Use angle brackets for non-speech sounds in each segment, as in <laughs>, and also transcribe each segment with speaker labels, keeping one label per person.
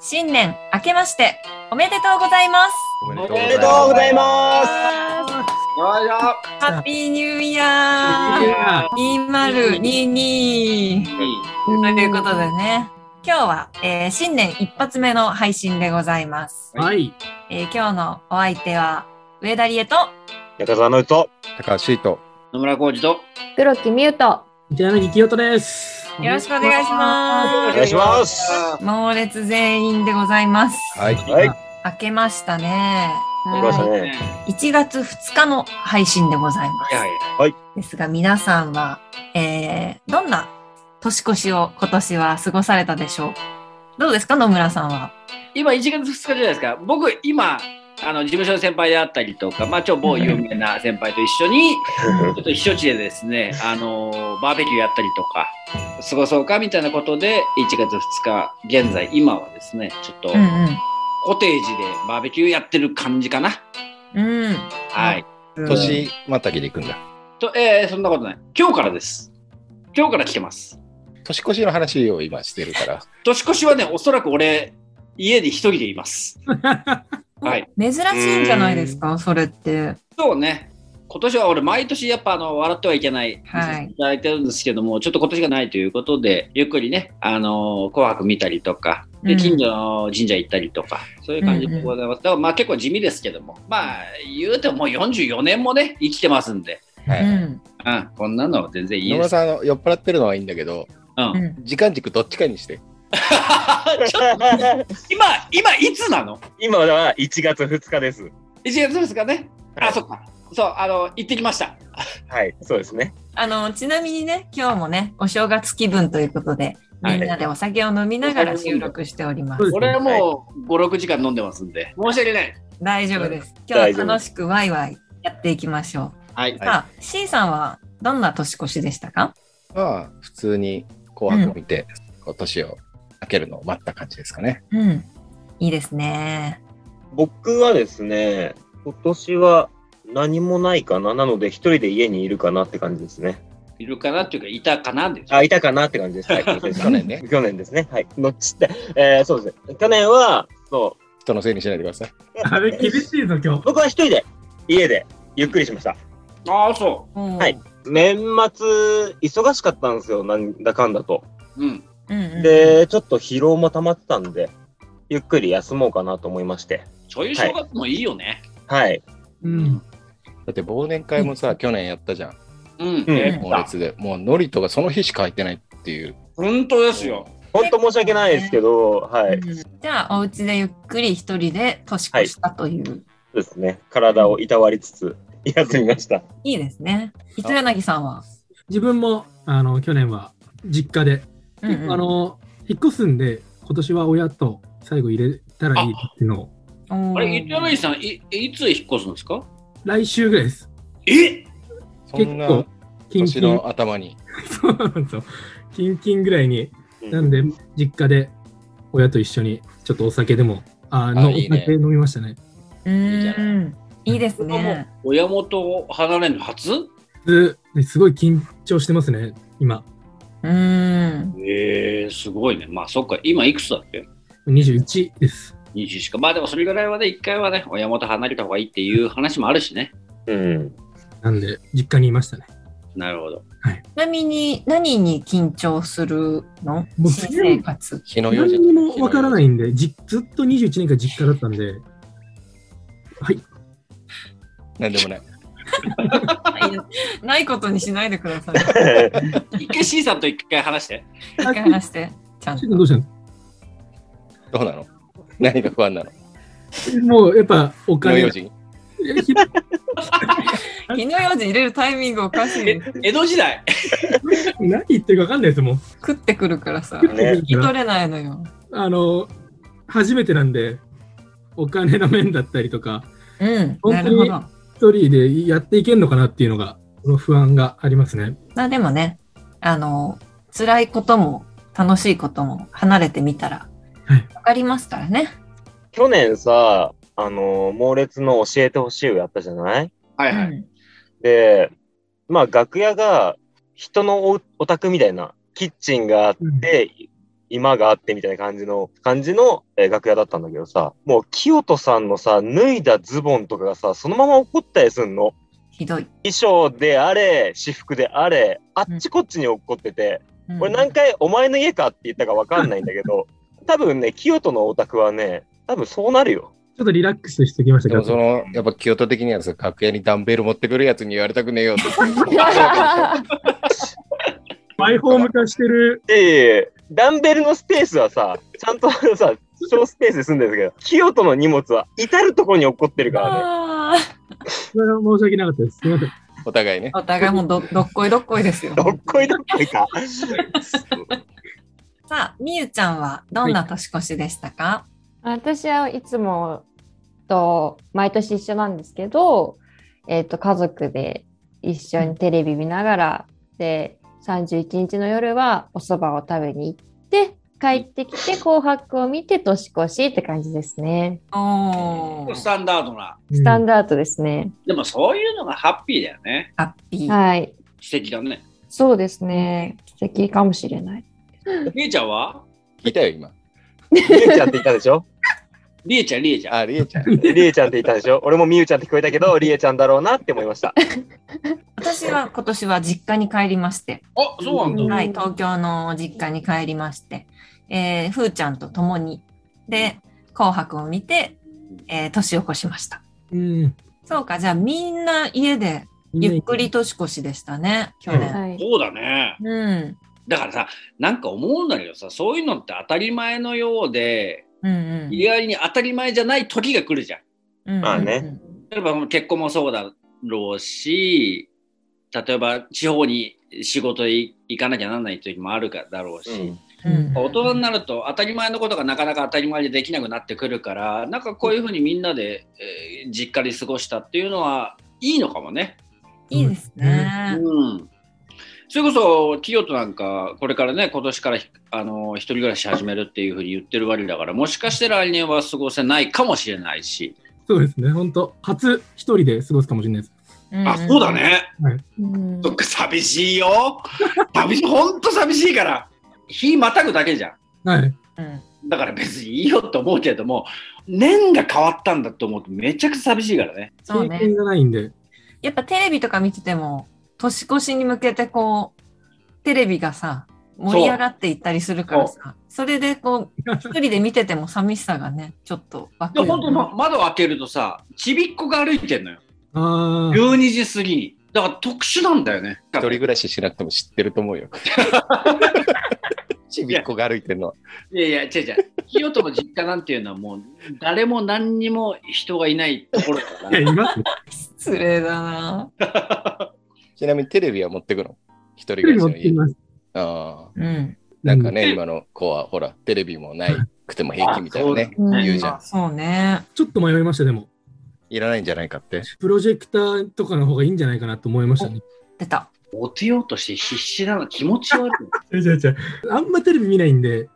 Speaker 1: 新年明けましておめでとうございます。
Speaker 2: おめ
Speaker 3: おめでとうございます。よいしょ。
Speaker 1: ハッピーニューイヤー2022ということでね、今日は、えー新年一発目の配信でございます。
Speaker 3: はい。
Speaker 1: えー今日のお相手は上田理恵と
Speaker 4: 中澤のりと、
Speaker 2: 高橋と。
Speaker 3: 野村浩二と。
Speaker 5: 黒木美優と
Speaker 6: ちなみに清人です。
Speaker 1: よろしくお願いしま
Speaker 4: お願いし
Speaker 3: <laughs>
Speaker 4: ます
Speaker 1: す。猛烈全員でございます。
Speaker 2: はい。
Speaker 4: はい
Speaker 1: 明けましたね。
Speaker 4: 明けましたね
Speaker 3: はい
Speaker 1: 1月2日の配信でございます。
Speaker 3: はい。
Speaker 1: ですが皆さんは、えー、どんな年越しを今年は過ごされたでしょうどうですか野村さん
Speaker 3: <laughs>
Speaker 1: は。
Speaker 3: 今1月2日じゃないですか。僕、今、あの事務所の先輩であったりとか、まあ、超某有名な先輩と一緒に、ちょっと避暑地でですね、あのバーベキューやったりとか、過ごそうかみたいなことで、1月2日、現在、今はですね、ちょっと、
Speaker 1: うん
Speaker 3: コテージでバーベキューやってる感じかな。
Speaker 1: うん。うん。
Speaker 3: はい。
Speaker 1: <laughs>
Speaker 2: 年またぎで行くんだ。
Speaker 3: と、えー、そんなことない。今日からです。今日から来てます。
Speaker 2: 年越しの話を今してるから。
Speaker 3: 年越しはね、おそらく俺、家で一人でいます。はい。
Speaker 1: 珍しいんじゃないですかそれって。
Speaker 3: そうね。今年は俺、毎年やっぱあの、笑ってはいけない、
Speaker 1: はい
Speaker 3: いただいてるんですけども、ちょっと今年がないということで、ゆっくりね、あのー紅白見たりとか、
Speaker 1: う
Speaker 3: で、
Speaker 1: ん
Speaker 3: 近所の神社行ったりとか、そういう感じでございます。だからまあ結構地味ですけども、まあ、言うてももう44年もね、生きてますんで、
Speaker 2: は
Speaker 1: う
Speaker 2: い。
Speaker 1: ん。
Speaker 3: うん、こんなの全然いい
Speaker 2: 野
Speaker 3: で
Speaker 2: 村
Speaker 3: す。
Speaker 2: さんあの、酔っ払ってるのはいいんだけど、
Speaker 3: うん
Speaker 1: うん。
Speaker 2: 時間軸どっちかにして。
Speaker 3: <laughs> ちょ今、今いつなの
Speaker 4: 今は1月2日です。
Speaker 3: ?1 月ですかね。
Speaker 4: は
Speaker 3: あ、
Speaker 4: い
Speaker 3: そっか。そう、あの、行ってきました。
Speaker 4: はい、そうですね。
Speaker 1: あの、ちなみにね、今日もね、お正月気分ということで、
Speaker 3: は
Speaker 1: み
Speaker 3: い
Speaker 1: んなでお酒を飲みながら収録しております。
Speaker 3: <laughs>
Speaker 6: そう
Speaker 3: 俺はもう5、6時間飲んでますんで、申し訳ない。
Speaker 1: 大丈夫です。今
Speaker 4: 大
Speaker 1: 日
Speaker 4: 丈夫
Speaker 1: は楽しくワイワイやっていきましょ
Speaker 3: はい。
Speaker 1: う。さあ、C さんはどんな年越しでしたか
Speaker 2: まあ、普通に紅白見て、こう年を明けるのを待った感じですかね。
Speaker 1: うん。いいですね。
Speaker 4: 僕はですね、今年は何もないかな。なので、一人で家にいるかなって感じですね。
Speaker 3: いるかなっていうか、いたかなんでしょ。
Speaker 4: あ、いたかなって感じです。はい、去
Speaker 2: 去年ね。
Speaker 4: 去年ですね。はい。のっちって、えー、そうですね。去年は、そう、
Speaker 2: 人のせいにしないでください。
Speaker 6: あれ、厳しいぞ、今日。
Speaker 4: 僕は一人で家でゆっくりしました。
Speaker 3: ああ、そ
Speaker 1: は
Speaker 4: はい。年末、忙しかったんですよ。なんだかんだと。
Speaker 3: う。うん。
Speaker 1: うんうん、
Speaker 4: で、ちょっと疲労も溜まってたんで、ゆっくり休もうかなと思いまして。
Speaker 3: そういう正月もいいよね。
Speaker 4: はい。
Speaker 6: うん。
Speaker 2: だって忘年会もさ、去年やったじゃん。
Speaker 3: うん。
Speaker 4: うん
Speaker 3: え
Speaker 2: 猛烈で。もう、ノリとかその日しか入ってないっていう。
Speaker 3: 本当ですよ。
Speaker 4: 本当申し訳ないですけど、はい。
Speaker 1: う
Speaker 4: そ
Speaker 1: んじゃあ、お家でゆっくり一人で年越したという。
Speaker 4: うですね。体をいたわりつつ、休みました。
Speaker 1: い、いですね。糸柳さんは。
Speaker 6: 自分も、あの、去年は実家で、
Speaker 1: うんうん
Speaker 6: あの、引っ越すんで、今年は親と最後入れたらいいっていうのを、
Speaker 1: おー
Speaker 3: あれ、伊藤さん、いいつ引っ越すんですか
Speaker 6: 来週ぐらいです。
Speaker 3: え
Speaker 2: そ
Speaker 6: 結
Speaker 2: んな
Speaker 6: 構、キンキ
Speaker 2: 年
Speaker 6: ン。
Speaker 2: の頭に。
Speaker 6: そうなんですよ。キンキンぐらいに。
Speaker 4: うん
Speaker 6: なんで、実家で親と一緒に、ちょっとお酒でも、あの、お
Speaker 2: いいね
Speaker 6: 酒飲みましたね。
Speaker 1: う。
Speaker 2: いいじゃなん
Speaker 1: いいですね。
Speaker 3: 親元を離れるの初
Speaker 6: ずすごい緊張してますね、今。
Speaker 1: うん。
Speaker 3: ええすごいね。まあ、そっか。今、いくつだっけ
Speaker 6: 21です。
Speaker 3: ?20 しか。まあ、でもそれぐらいはね、一回はね、親元離れた方がいいっていう話もあるしね。
Speaker 4: うん。 <laughs>
Speaker 6: なんで、実家にいましたね。
Speaker 3: なるほど。
Speaker 1: ちなみに、何に緊張するの
Speaker 6: もう
Speaker 1: 新生活。 <laughs>
Speaker 2: 日の用事
Speaker 6: 何にもわからないんで、じずっと21年間実家だったんで、はい、
Speaker 2: なんでもない。
Speaker 1: ないことにしないでください。
Speaker 3: 一回 C さんと一回話して。
Speaker 1: 一回 <laughs> 話して。ちゃん
Speaker 6: しゅ
Speaker 1: と
Speaker 6: <laughs> う。くんどうしたの
Speaker 2: どうなの何が不安なの
Speaker 6: もうやっぱお
Speaker 2: 日の
Speaker 6: 金
Speaker 2: 用
Speaker 6: が、
Speaker 2: 事
Speaker 6: いやひ
Speaker 1: 火の用事入れるタイミングおかしい
Speaker 3: え
Speaker 1: よ。
Speaker 3: 江戸時代。
Speaker 6: 何言ってるかわかんないですもん。
Speaker 1: 食ってくるからさ。
Speaker 4: ね
Speaker 1: 聞き取れないのよ。
Speaker 6: あの、初めてなんで、お金の面だったりとか、
Speaker 1: うん。
Speaker 6: 当に
Speaker 1: なるほど。
Speaker 6: 一人でやっていけるのかなっていうのが、この不安がありますね。
Speaker 1: まあでもね、あの、辛いことも楽しいことも離れてみたら
Speaker 6: はい、
Speaker 1: わかりますからね。
Speaker 4: 去年さ、あのー、猛烈の教えてほしいをやったじゃない
Speaker 3: はいは
Speaker 1: う
Speaker 3: い。
Speaker 1: ん
Speaker 4: で、まあ、楽屋が人のおお宅みたいな、キッチンがあって、今があってみたいな感じの、感じの、えー楽屋だったんだけどさ、もう清人さんのさ、脱いだズボンとかがさ、そのまま怒ったりすんの。
Speaker 1: ひどい。
Speaker 4: 衣装であれ、私服であれ、あっちこっちに怒ってて、
Speaker 1: うん
Speaker 4: 俺何回お前の家かって言ったかわかんないんだけど、多分ね、清人のお宅はね、多分そうなるよ。
Speaker 6: ちょっとリラックスしてきました
Speaker 2: で
Speaker 6: け
Speaker 2: もそ
Speaker 6: ど、
Speaker 2: の、やっぱ清人的にはさ、楽屋にダンベル持ってくるやつに言われたくねえよって。
Speaker 6: マイホーム化してる、
Speaker 4: いやいやいやダンベルのスペースはさ、ちゃんとあのさ、小スペースで済んでるんですけど、清人の荷物は至るとこに落っこってるからね。
Speaker 1: あー
Speaker 6: それは申し訳なかったです。すみません。
Speaker 2: お互いね。
Speaker 1: お互いもうどどっこいどっこいですよ。
Speaker 4: どっこいどっこい
Speaker 1: <laughs>
Speaker 4: か。
Speaker 1: さあ、みゆちゃんはどんな年越しでしたか、
Speaker 5: <laughs> 私はいつもと毎年一緒なんですけど、えっと家族で一緒にテレビ見ながらで31日の夜はお蕎麦を食べに行って帰ってきて「紅白」を見て年越しって感じですね
Speaker 1: おー
Speaker 3: スタンダードな。
Speaker 5: スタン
Speaker 6: ダ
Speaker 5: ダードですね、
Speaker 3: でもそういうのがハッピーだよね。
Speaker 1: ハッピー。
Speaker 5: はい
Speaker 3: 素敵だね。
Speaker 5: そうですね素敵かもしれない
Speaker 3: りえちゃんは
Speaker 2: 聞いたよ、今。
Speaker 4: りえちゃんって言ったでしょ
Speaker 3: りえちゃん、りえちゃん。
Speaker 2: あ、りえちゃん。
Speaker 4: りえちゃんって言ったでしょ俺もみゆちゃんって聞こえたけど、りえちゃんだろうなって思いました。
Speaker 1: 私は今年は実家に帰りまして、
Speaker 3: あ、そうなんだ。
Speaker 1: はい、東京の実家に帰りまして、えー、ふーちゃんと共に、で、紅白を見て、えー年を越しました。
Speaker 6: うん。
Speaker 1: そうか、じゃあみんな家でゆっくり年越しでしたね、去年。
Speaker 5: はい
Speaker 3: そうだね。
Speaker 1: うん。
Speaker 3: だからさ、なんか思うんだけどさ、そういうのって当たり前のようで、
Speaker 1: うんうん。
Speaker 3: 意外に当たり前じゃない時が来るじゃん。
Speaker 1: うんうんうん
Speaker 4: まあね。
Speaker 3: 例えば結婚もそうだろうし、例えば地方に仕事へ行かなきゃなんない時もあるかだろうし、
Speaker 4: うん
Speaker 1: うん
Speaker 3: 大人になると当たり前のことがなかなか当たり前でできなくなってくるからなんかこういうふうにみんなで、えー実家で過ごしたっていうのはいいのかもね。
Speaker 1: いいですね。
Speaker 3: うん、それこそ清人なんかこれからね今年からひあの一人暮らし始めるっていうふうに言ってる割だからもしかして来年は過ごせないかもしれないし、
Speaker 6: そうですね、本当初一人で過ごすかもしれないです。
Speaker 1: んん
Speaker 3: あそうだ。ね
Speaker 5: うん
Speaker 3: そっか寂しいよ寂しいほんと寂しいから日またぐだけじゃん。
Speaker 6: はい。
Speaker 1: うん
Speaker 3: だから別にいいよと思うけれども年が変わったんだと思うとめちゃくちゃ寂しいからね
Speaker 1: そう
Speaker 6: 経
Speaker 1: ね。
Speaker 6: 験がないんで。
Speaker 1: やっぱテレビとか見てても、年越しに向けてこう、テレビがさ、盛り上がっていったりするからさ、それでこう、一人で見てても寂しさがね、ちょっと湧く
Speaker 3: で
Speaker 1: よ
Speaker 3: も
Speaker 1: ね、
Speaker 3: 本当にま窓開けるとさちびっ子が歩いてんのよ
Speaker 6: ああ。
Speaker 3: 12時過ぎにだから特殊なんだよね
Speaker 2: 一人暮らししなくても知ってると思うよ。ちびっこが歩いてるのは。
Speaker 3: いやいや違う違う清人の実家なんていうのはもう誰も何にも人がいないところだか
Speaker 6: いや、
Speaker 3: ら
Speaker 6: いますね。
Speaker 1: 失礼だな。
Speaker 2: ちなみにテレビは持ってくの一人
Speaker 6: 一
Speaker 2: 暮らしの
Speaker 6: 人持ってい
Speaker 2: 家。
Speaker 6: ます。
Speaker 2: ああ。
Speaker 1: うん。
Speaker 2: なんかね、今の子はほら、テレビもないくても平気みたいなね、
Speaker 5: うん
Speaker 2: 言うじゃん
Speaker 1: あ。そうね。
Speaker 6: うん。ちょっと迷いました、でも。
Speaker 2: いらないんじゃないかって。
Speaker 6: プロジェクターとかの方がいいんじゃないかなと思いましたね。
Speaker 1: 出た。
Speaker 3: モテようとして必死なの気持 <laughs> ち悪い
Speaker 6: 違う違う違うあんまテレビ見ないんで、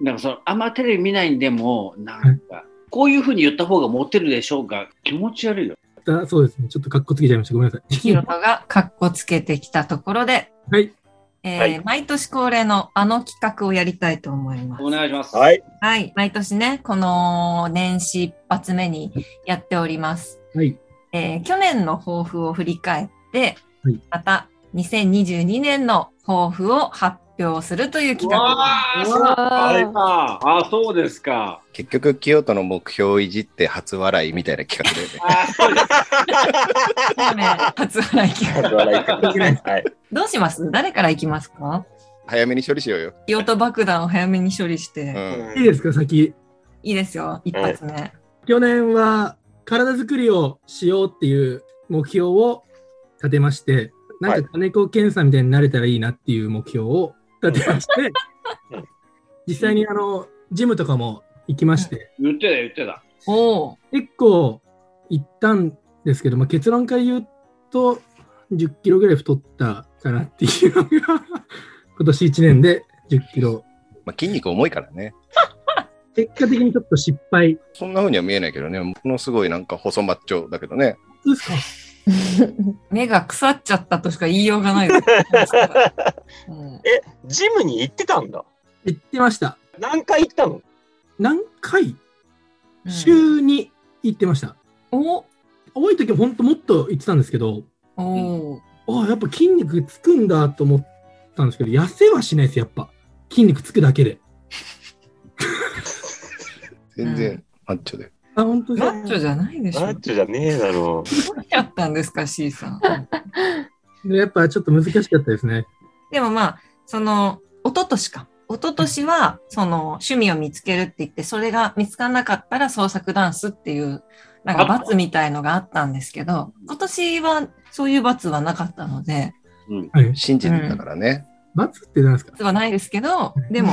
Speaker 3: なんかそのあんまテレビ見ないんでもなんかこういうふうに言った方がモテるでしょうが気持ち悪いよ
Speaker 6: だそうですね。ちょっとかっこつけちゃいました。ごめんなさい。
Speaker 1: ヒロトがカッコつけてきたところで、
Speaker 6: はい。
Speaker 1: えー
Speaker 4: はい
Speaker 1: 毎年恒例のあの企画をやりたいと思います。
Speaker 3: お願いします
Speaker 4: はい。
Speaker 1: はい。毎年ね、この年始一発目にやっております。
Speaker 6: はい。
Speaker 1: えー去年の抱負を振り返って、
Speaker 6: はい
Speaker 1: また2022年の抱負を発表するという企画
Speaker 3: わー
Speaker 5: うわ
Speaker 3: ああ、そうですか。
Speaker 2: 結局、清人の目標をいじって初笑いみたいな企画だよね。
Speaker 3: あ
Speaker 1: です、ね。初笑い企画。
Speaker 4: 笑いかはい。
Speaker 1: どうします誰から行きますか
Speaker 2: 早めに処理しようよ。
Speaker 1: 用途爆弾を早めに処理し
Speaker 2: う
Speaker 1: て、
Speaker 2: ん。
Speaker 6: いいですか、先。
Speaker 1: いいですよ、一発目。
Speaker 6: 去年は体づくりをしようっていう目標を立てまして、なんか金子健さんみたいになれたらいいなっていう目標を立てまして
Speaker 4: うん、
Speaker 6: 実際にあの、ジムとかも行きまして、
Speaker 3: 言ってた、言ってた。
Speaker 1: おお
Speaker 6: 結構行ったんですけど、まあ、結論から言うと、10キロぐらい太ったかなっていうのが、今年1年で10キロ。
Speaker 2: まあ、筋肉重いからね。
Speaker 6: 結果的にちょっと失敗。
Speaker 2: そんな風には見えないけどね、ものすごいなんか細マッチョだけどね。
Speaker 6: そうですか
Speaker 1: 目が腐っちゃったとしか言いようがないです。うん
Speaker 4: <laughs> え、ジムに行ってたんだ。
Speaker 6: 行ってました。
Speaker 4: 何回行ったの
Speaker 6: 何回
Speaker 1: うん
Speaker 6: 週に行ってました。
Speaker 1: お
Speaker 6: 多い時は本当もっと行ってたんですけど、
Speaker 1: おー
Speaker 6: ああ、やっぱ筋肉つくんだと思ったんですけど、痩せはしないです、やっぱ。筋肉つくだけで。
Speaker 2: 全然マッチョで。
Speaker 6: あ、本当
Speaker 1: マッチョじゃないでしょ
Speaker 4: マッチョじゃねえだろう。
Speaker 1: どうやったんですか C さん。
Speaker 6: でやっぱちょっと難しかったですね。
Speaker 1: でもまあ、その、一昨年か。一昨年は、その、趣味を見つけるって言って、それが見つからなかったら創作ダンスっていう、なんか罰みたいのがあったんですけど、今年はそういう罰はなかったので、
Speaker 6: はい。
Speaker 2: 信じてたからね。
Speaker 6: 罰って何ですか
Speaker 1: 罰はないですけど、でも、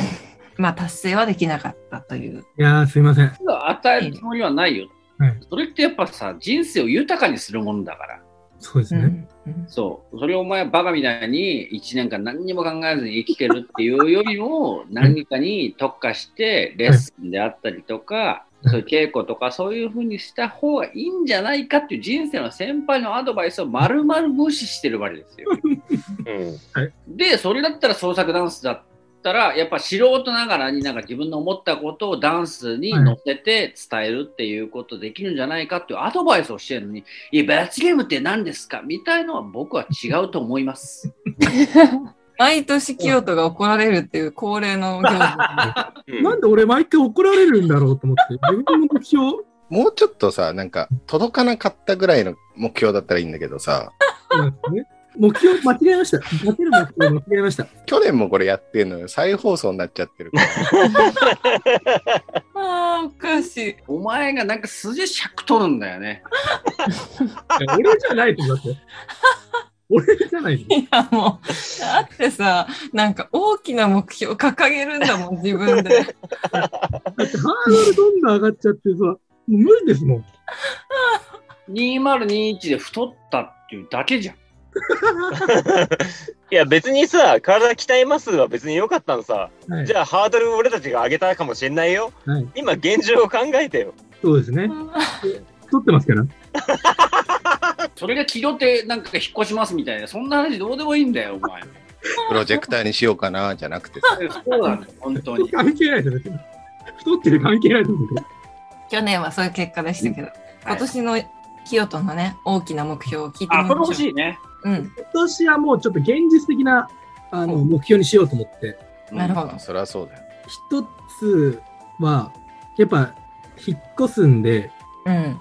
Speaker 1: まあ達成はできなかったという。
Speaker 6: いやー、すいません。
Speaker 3: 与えるつもりはないよ、
Speaker 6: はい
Speaker 3: それってやっぱさ人生を豊かにするものだから
Speaker 6: そうです
Speaker 1: う
Speaker 6: ね。
Speaker 1: んうん
Speaker 3: そうそれをお前バカみたいに1年間何にも考えずに生きてるっていうよりも何かに特化してレッスンであったりとか、そういう稽古とかそういうふうにした方がいいんじゃないかっていう人生の先輩のアドバイスを丸々無視してるわけですよ。
Speaker 4: うん。
Speaker 3: でそれだったら創作ダンスだったらやっぱ素人ながらになんか自分の思ったことをダンスに乗せて伝えるっていうことできるんじゃないかっていうアドバイスをしてるのに「いや罰ゲームって何ですか?」みたいのは僕は違うと思います。
Speaker 1: 毎年清人が怒られるっていう恒例の行事。
Speaker 4: うん
Speaker 6: なんで俺毎回怒られるんだろうと思って、自分の目標、
Speaker 2: もうちょっとさ、なんか、届かなかったぐらいの目標だったらいいんだけどさ、
Speaker 6: なんですね、目標間違えました。立てる目標間違えました。
Speaker 2: 去年もこれやってんのよ。再放送になっちゃって
Speaker 1: <laughs>
Speaker 2: るから。
Speaker 1: ああ、おかしい。
Speaker 3: お前がなんかすげえ尺取るんだよね。
Speaker 6: 俺じゃないと思って。俺じゃないです
Speaker 1: いやもう、だってさ、なんか大きな目標掲げるんだ <laughs> もん、自分で。
Speaker 6: だってハードルどんどん上がっちゃってさ、もう無理ですもん。
Speaker 3: 2021で太ったっていうだけじゃん。
Speaker 4: いや別にさ、体鍛えますは別に良かったのさ。
Speaker 6: はい
Speaker 4: じ、ゃあハードル俺たちが上げたかもしれないよ。
Speaker 6: はい
Speaker 4: 今現状を考えてよ。
Speaker 6: そうですね。太ってますから。
Speaker 3: それが気取ってなんか引っ越しますみたいなそんな話どうでもいいんだよお前。
Speaker 2: プロジェクターにしようかな、じゃなくてさ。
Speaker 3: そうなの本当
Speaker 6: <laughs>
Speaker 3: に。
Speaker 6: 関係ないですよ、別に。太ってる関係ないですよ。
Speaker 1: 去年はそういう結果でしたけど、今年の清人のね、大きな目標を聞いてみましょう。
Speaker 3: あこれ欲しいね。
Speaker 1: うん、
Speaker 6: 今年はもうちょっと現実的なあの目標にしようと思って、
Speaker 1: <laughs> なるほど
Speaker 2: あ。そりゃそうだよ。
Speaker 6: 一つは、やっぱ引っ越すんで、
Speaker 1: うん。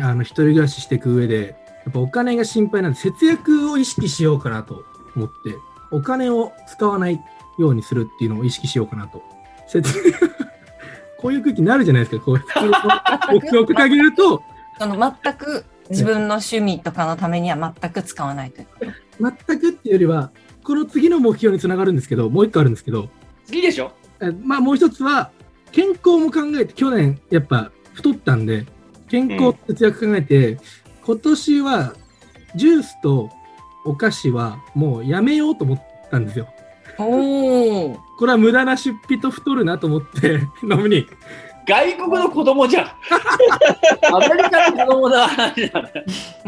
Speaker 6: あの一人暮らししていく上で、やっぱお金が心配なんで、節約を意識しようかなと思って、お金を使わないようにするっていうのを意識しようかなと。節こういう空気になるじゃないですか、こういう。目標を掲げると、
Speaker 1: その全く自分の趣味とかのためには全く使わないというか。
Speaker 6: 全くっていうよりは、この次の目標につながるんですけど、もう一個あるんですけど、
Speaker 3: 次でしょ
Speaker 6: えまあもう一つは、健康も考えて、去年やっぱ太ったんで、健康節約考えて、今年はジュースとお菓子はもうやめようと思ったんですよ。
Speaker 1: おお。
Speaker 6: これは無駄な出費と太るなと思って、 <laughs> 飲みに。
Speaker 3: 外国の子供じゃん。 <laughs> アメリカの子供だ。 <laughs>
Speaker 1: もう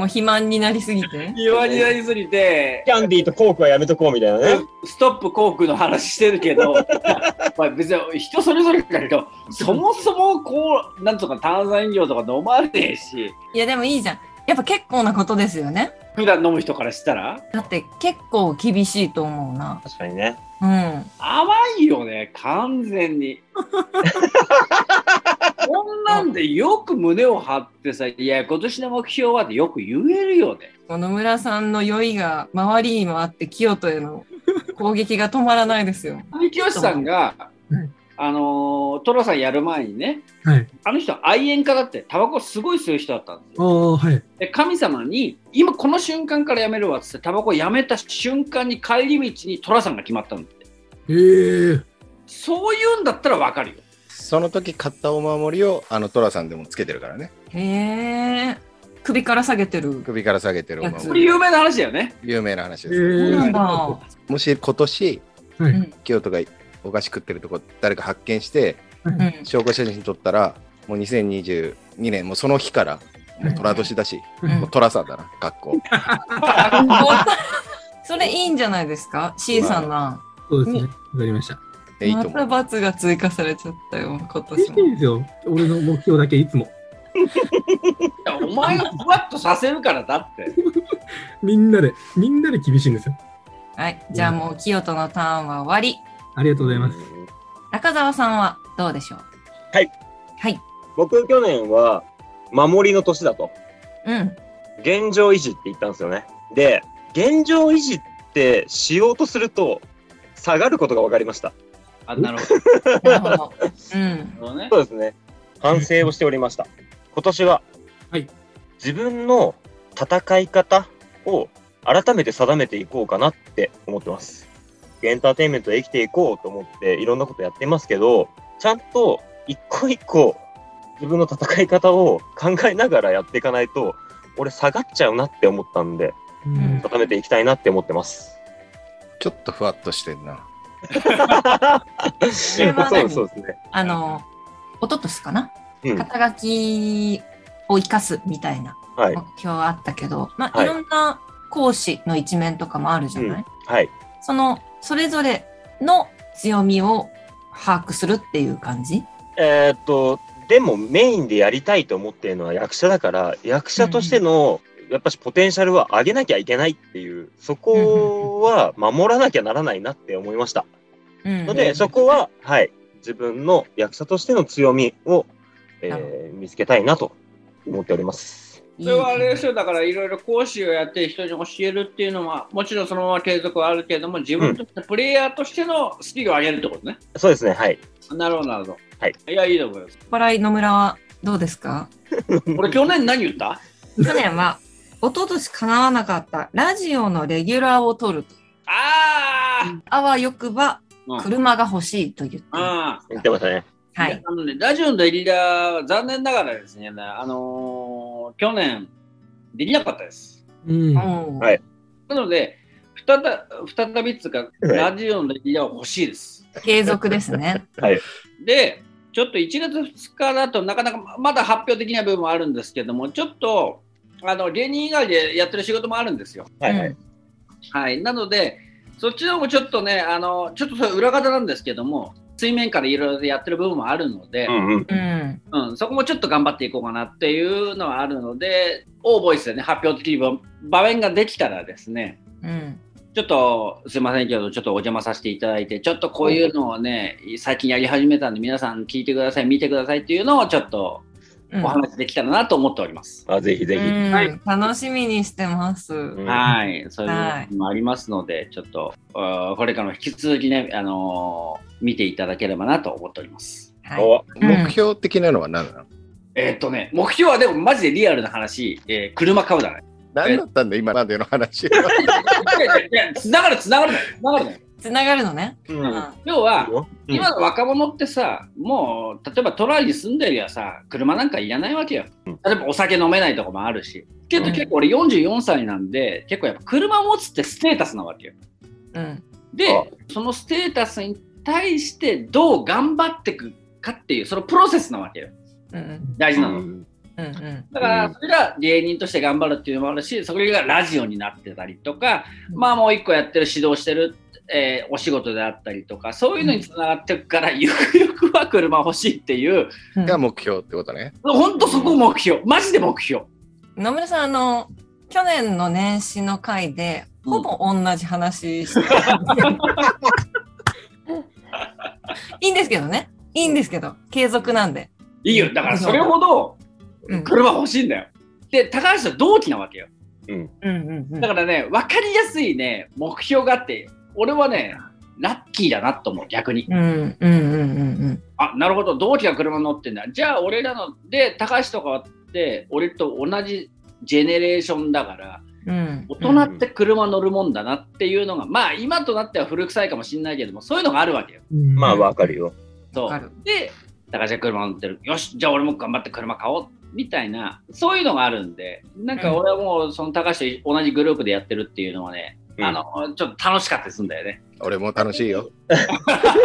Speaker 1: 肥満になりすぎ <laughs> て。
Speaker 3: 庭になりすぎて、
Speaker 4: キャンディーとコークはやめとこうみたいなね。
Speaker 3: ストップコークの話してるけど、 <laughs> まあ別に人それぞれだけど、そもそもこう、なんとか炭酸飲料とか飲まねえし、
Speaker 1: いや、でもいいじゃん。やっぱ結構なことですよね。
Speaker 3: 普段飲む人からしたら、
Speaker 1: だって結構厳しいと思うな。
Speaker 4: 確かにね。
Speaker 1: うん。
Speaker 3: 甘いよね、完全 <laughs> に。こんなんでよく胸を張ってさ、いや、今年の目標はってよく言えるよね。
Speaker 1: 野村さんの酔いが周りに回って清人への攻撃が止まらないですよ。
Speaker 3: 三木さんが
Speaker 6: うん、
Speaker 3: あのートラさんやる前にね、
Speaker 6: はい。
Speaker 3: あの人は愛煙家だってタバコすごい吸う人だったんです
Speaker 6: あ
Speaker 3: よ。
Speaker 6: あ、はい。
Speaker 3: で神様に今この瞬間からやめるわっつってタバコやめた瞬間に帰り道に寅さんが決まったんだって
Speaker 6: ええー。
Speaker 3: そういうんだったらわかるよ。
Speaker 2: その時買ったお守りを、あの、トラさんでもつけてるからね。
Speaker 1: へえ。首から下げてる。
Speaker 2: 首から下げてるお
Speaker 3: こ
Speaker 2: 守
Speaker 3: れ
Speaker 2: り。
Speaker 3: 有名な話だよね。
Speaker 2: 有名な話
Speaker 6: え
Speaker 2: です。
Speaker 1: そうなんだ。
Speaker 2: もし今年、
Speaker 6: はい
Speaker 1: うん
Speaker 2: 清人がお菓子食ってるとこ、誰か発見して、
Speaker 1: うん。
Speaker 2: 証拠写真撮ったら、もう2022年、もうその日から、もう虎年だし、
Speaker 6: うん
Speaker 2: もう虎さんだな、学
Speaker 1: <laughs>
Speaker 2: 校。
Speaker 1: それいいんじゃないですか ?C さんな。
Speaker 6: そうですね。わかりました。
Speaker 2: えいい
Speaker 1: ま
Speaker 2: と思
Speaker 1: た
Speaker 2: う。
Speaker 1: 罰が追加されちゃったよ、今
Speaker 6: い
Speaker 1: 年も。
Speaker 6: いですよ。俺の目標だけいつも。
Speaker 3: やお前がふわっとさせるからだって。
Speaker 6: みんなで、みんなで厳しいんですよ。
Speaker 1: はい、じゃあもう清人のターンは終わり。
Speaker 6: ありがとうございます。
Speaker 1: 中澤さんはどうでしょう
Speaker 4: はい。
Speaker 1: はい。
Speaker 4: 僕去年は守りの年だと。
Speaker 1: うん。
Speaker 4: 現状維持って言ったんですよね。で、現状維持ってしようとすると下がることが分かりました。
Speaker 3: あなるほど
Speaker 1: なるほど。うん。
Speaker 3: なるほどね
Speaker 4: そ。うですね。反省をしておりました。 <laughs> 今年は、
Speaker 6: はい
Speaker 4: 自分の戦い方を改めて定めていこうかなって思ってます。エンターテインメントで生きていこうと思っていろんなことやってますけど、ちゃんと一個一個自分の戦い方を考えながらやっていかないと、俺下がっちゃうなって思ったんで、
Speaker 1: ん
Speaker 4: 定めていきたいなって思ってます。
Speaker 2: ちょっとふわっとしてんな。
Speaker 4: そ
Speaker 1: れは
Speaker 4: う
Speaker 1: 何
Speaker 4: そうですね。
Speaker 1: あの、おととしかな
Speaker 4: うん。
Speaker 1: 肩書きを生かすみたいな
Speaker 4: はい
Speaker 1: 目。標はあったけど、まあ、
Speaker 4: はいい
Speaker 1: ろんな講師の一面とかもあるじゃない、
Speaker 4: はい。
Speaker 1: その、それぞれの強みを把握するっていう感じ
Speaker 4: えーっと、でもメインでやりたいと思ってるのは役者だから、役者としての、やっぱしポテンシャルは上げなきゃいけないっていう、そこは守らなきゃならないなって思いました。
Speaker 1: うん
Speaker 4: ので、そこは、はい、自分の役者としての強みを、えー見つけたいなと思っております。
Speaker 1: いい
Speaker 3: それはあれですよ、だからいろいろ講師をやって人に教えるっていうのは、もちろんそのまま継続はあるけれども、自分としてプレイヤーとしてのスキルを上げるってことね。
Speaker 4: そうですね、はい。
Speaker 3: なるほど、なるほど。
Speaker 4: はい、
Speaker 3: いや、いいと思います。
Speaker 1: 笑い野村はどうですか
Speaker 3: 俺、去年何言った
Speaker 1: 去年は、おととし叶わなかったラジオのレギュラーを取ると。
Speaker 3: あ
Speaker 1: あわよくば
Speaker 3: うん、
Speaker 1: 車が欲しいと言って、
Speaker 3: あああ
Speaker 4: 言ってましたね。
Speaker 1: はい。
Speaker 3: あのね、ラジオのデリラーは残念ながらですね、あのー去年、できなかったです。
Speaker 6: うん。
Speaker 1: うん
Speaker 4: はい
Speaker 3: なので、再再びっつうか、ラジオのデリラーは欲しいです。
Speaker 1: 継続ですね。
Speaker 3: で、ちょっと1月2日だとなかなかまだ発表できない部分もあるんですけども、ちょっとあの芸人以外でやってる仕事もあるんですよ。
Speaker 4: <laughs> はいはい。
Speaker 3: はい、なので、そっちの方もちょっとね、あのちょっとそれ裏方なんですけども、水面下でいろいろやってる部分もあるので
Speaker 4: う、んうん。
Speaker 1: うん。
Speaker 3: うんそこもちょっと頑張っていこうかなっていうのはあるので、オーボイスでね、発表できる場面ができたらですね、
Speaker 1: うん。
Speaker 3: ちょっとすいませんけど、ちょっとお邪魔させていただいて、ちょっとこういうのをね、最近やり始めたんで、皆さん聞いてください、見てくださいっていうのをちょっと
Speaker 1: うん
Speaker 3: お話できたらなと思っております。
Speaker 4: あぜひぜひ。
Speaker 1: うん
Speaker 3: はい
Speaker 1: 楽しみにしてます。
Speaker 4: うん
Speaker 3: はい、そういうのもありますので、ちょっとあーこれからも引き続きね、あのー見ていただければなと思っております。
Speaker 1: はい。
Speaker 4: お
Speaker 1: うん
Speaker 2: 目標的なのは何なの、
Speaker 3: えーっとね、目標はでもマジでリアルな話、えー車買うだね。
Speaker 2: 何だったんだ今までの
Speaker 1: <laughs>
Speaker 2: 話は。
Speaker 3: いやいやいや繋がる、繋がる、繋がるね。
Speaker 1: つながるのね。
Speaker 4: うん
Speaker 1: うん。
Speaker 3: 要は、
Speaker 4: うん
Speaker 3: 今の若者ってさ、もう例えば都内に住んでるやさ、車なんかいらないわけよ。例えばお酒飲めないとこもあるし。けど
Speaker 1: うん
Speaker 3: 結構俺44歳なんで、結構やっぱ車持つってステータスなわけよ。
Speaker 1: うん。
Speaker 4: あ
Speaker 3: で、そのステータスに対してどう頑張っていくかっていう、そのプロセスなわけよ。
Speaker 1: うん。
Speaker 3: 大事
Speaker 4: う
Speaker 3: なの。
Speaker 4: ん
Speaker 1: うん。うん。
Speaker 3: だから、
Speaker 4: うん
Speaker 3: それが芸人として頑張るっていうのもあるし、それがラジオになってたりとか、まあもう一個やってる、指導してる、えーお仕事であったりとか、そういうのにつながっていくから、ゆくゆくは車欲しいっていう、
Speaker 1: うん
Speaker 2: が目標ってことね。
Speaker 3: 本当そこ目標、マジで目標。
Speaker 1: 野村さん、あの、去年の年始の回で、ほぼ同じ話してたんでいいんですけどね。いいんですけど、継続なんで。
Speaker 3: いいよ、だからそれほど
Speaker 1: うん。
Speaker 3: 車欲しいんだよ。で、高橋と同期なわけよ。
Speaker 1: うんうんうん
Speaker 3: だからね、分かりやすいね、目標があって、俺はね、ラッキーだなと思う、逆に。
Speaker 1: うんうんうんうん
Speaker 3: あなるほど同期が車乗ってんだじゃあ俺らので高橋とかって俺と同じジェネレーションだから
Speaker 1: うんうん。
Speaker 3: 大人って車乗るもんだなっていうのが、まあ今となっては古臭いかもしれないけどもそういうのがあるわけよ
Speaker 6: うん
Speaker 4: まあ、わかるよ。
Speaker 3: そ
Speaker 1: わかる
Speaker 3: うで高橋が車乗ってるよしじゃあ俺も頑張って車買おうみたいなそういうのがあるんでなんか俺はもうその高橋と同じグループでやってるっていうのはね、
Speaker 4: うん <laughs>
Speaker 3: あのちょっと楽しかったりするんだよね。
Speaker 2: 俺も楽しいよ。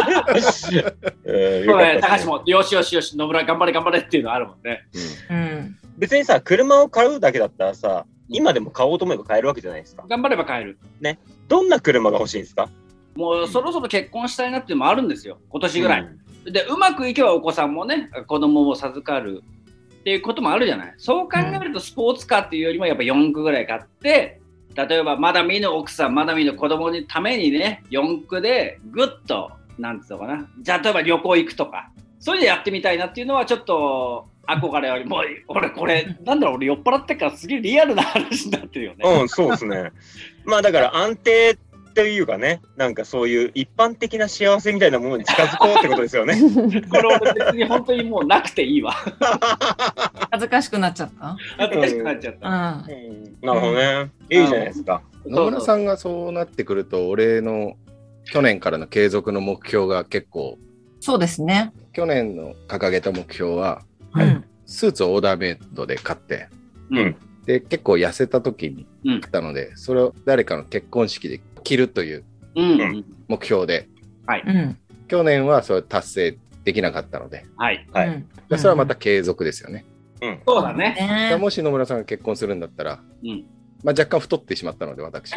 Speaker 4: うんよかったですね
Speaker 3: 高橋もよしよしよし野村頑張れ頑張れっていうのあるもんね。
Speaker 1: うん。
Speaker 4: 別にさ、車を買うだけだったらさ、今でも買おうと思えば買えるわけじゃないですか。
Speaker 3: 頑張れば買える。
Speaker 4: どんな車が欲しいんですか
Speaker 3: もうそろそろ結婚したいなっていうのもあるんですよ今年ぐらい、でうまくいけばお子さんもね子供を授かるっていうこともあるじゃないそう考えるとスポーツカーっていうよりもやっぱ4区ぐらい買って例えばまだ見ぬ奥さんまだ見ぬ子供のためにね4区でぐっとなんつうのかなじゃあ例えば旅行行くとかそういうのやってみたいなっていうのはちょっと憧れよりもう俺これなんだろう俺酔っ払ってっからすげえリアルな話になってるよね。
Speaker 4: うん、そうで
Speaker 3: <laughs>
Speaker 4: すね。まあだから安定っていうかね、なんかそういう一般的な幸せみたいなものに近づこうってことですよね。
Speaker 5: <laughs>
Speaker 3: これ俺別に本当にもうなくていいわ。
Speaker 1: 恥ずかしくなっちゃった
Speaker 3: 恥ずかしくなっちゃった。
Speaker 1: う
Speaker 4: うんなるほどね。いいじゃないですか。
Speaker 2: 野村さ
Speaker 3: ん
Speaker 2: んがそうなってくると、俺の去年からの継続の目標が結構、
Speaker 1: ん。そうですね。
Speaker 2: 去年の掲げた目標は、
Speaker 6: はい
Speaker 1: うん
Speaker 2: スーツをオーダーメイドで買って、
Speaker 3: うん
Speaker 2: で、結構痩せた時に
Speaker 3: うん
Speaker 2: 買ったので、それを誰かの結婚式で着るという
Speaker 3: うん、
Speaker 4: うん
Speaker 2: 目標で、
Speaker 1: うん。
Speaker 2: 去年はそれ達成できなかったので、
Speaker 3: はい
Speaker 4: はい
Speaker 1: うん
Speaker 2: それはまた継続ですよね。
Speaker 4: うん。
Speaker 3: そうだね。
Speaker 2: だから
Speaker 1: ね。
Speaker 2: もし野村さんが結婚するんだったら、
Speaker 3: うん
Speaker 2: まあ、若干太ってしまったので
Speaker 3: <laughs>
Speaker 2: 私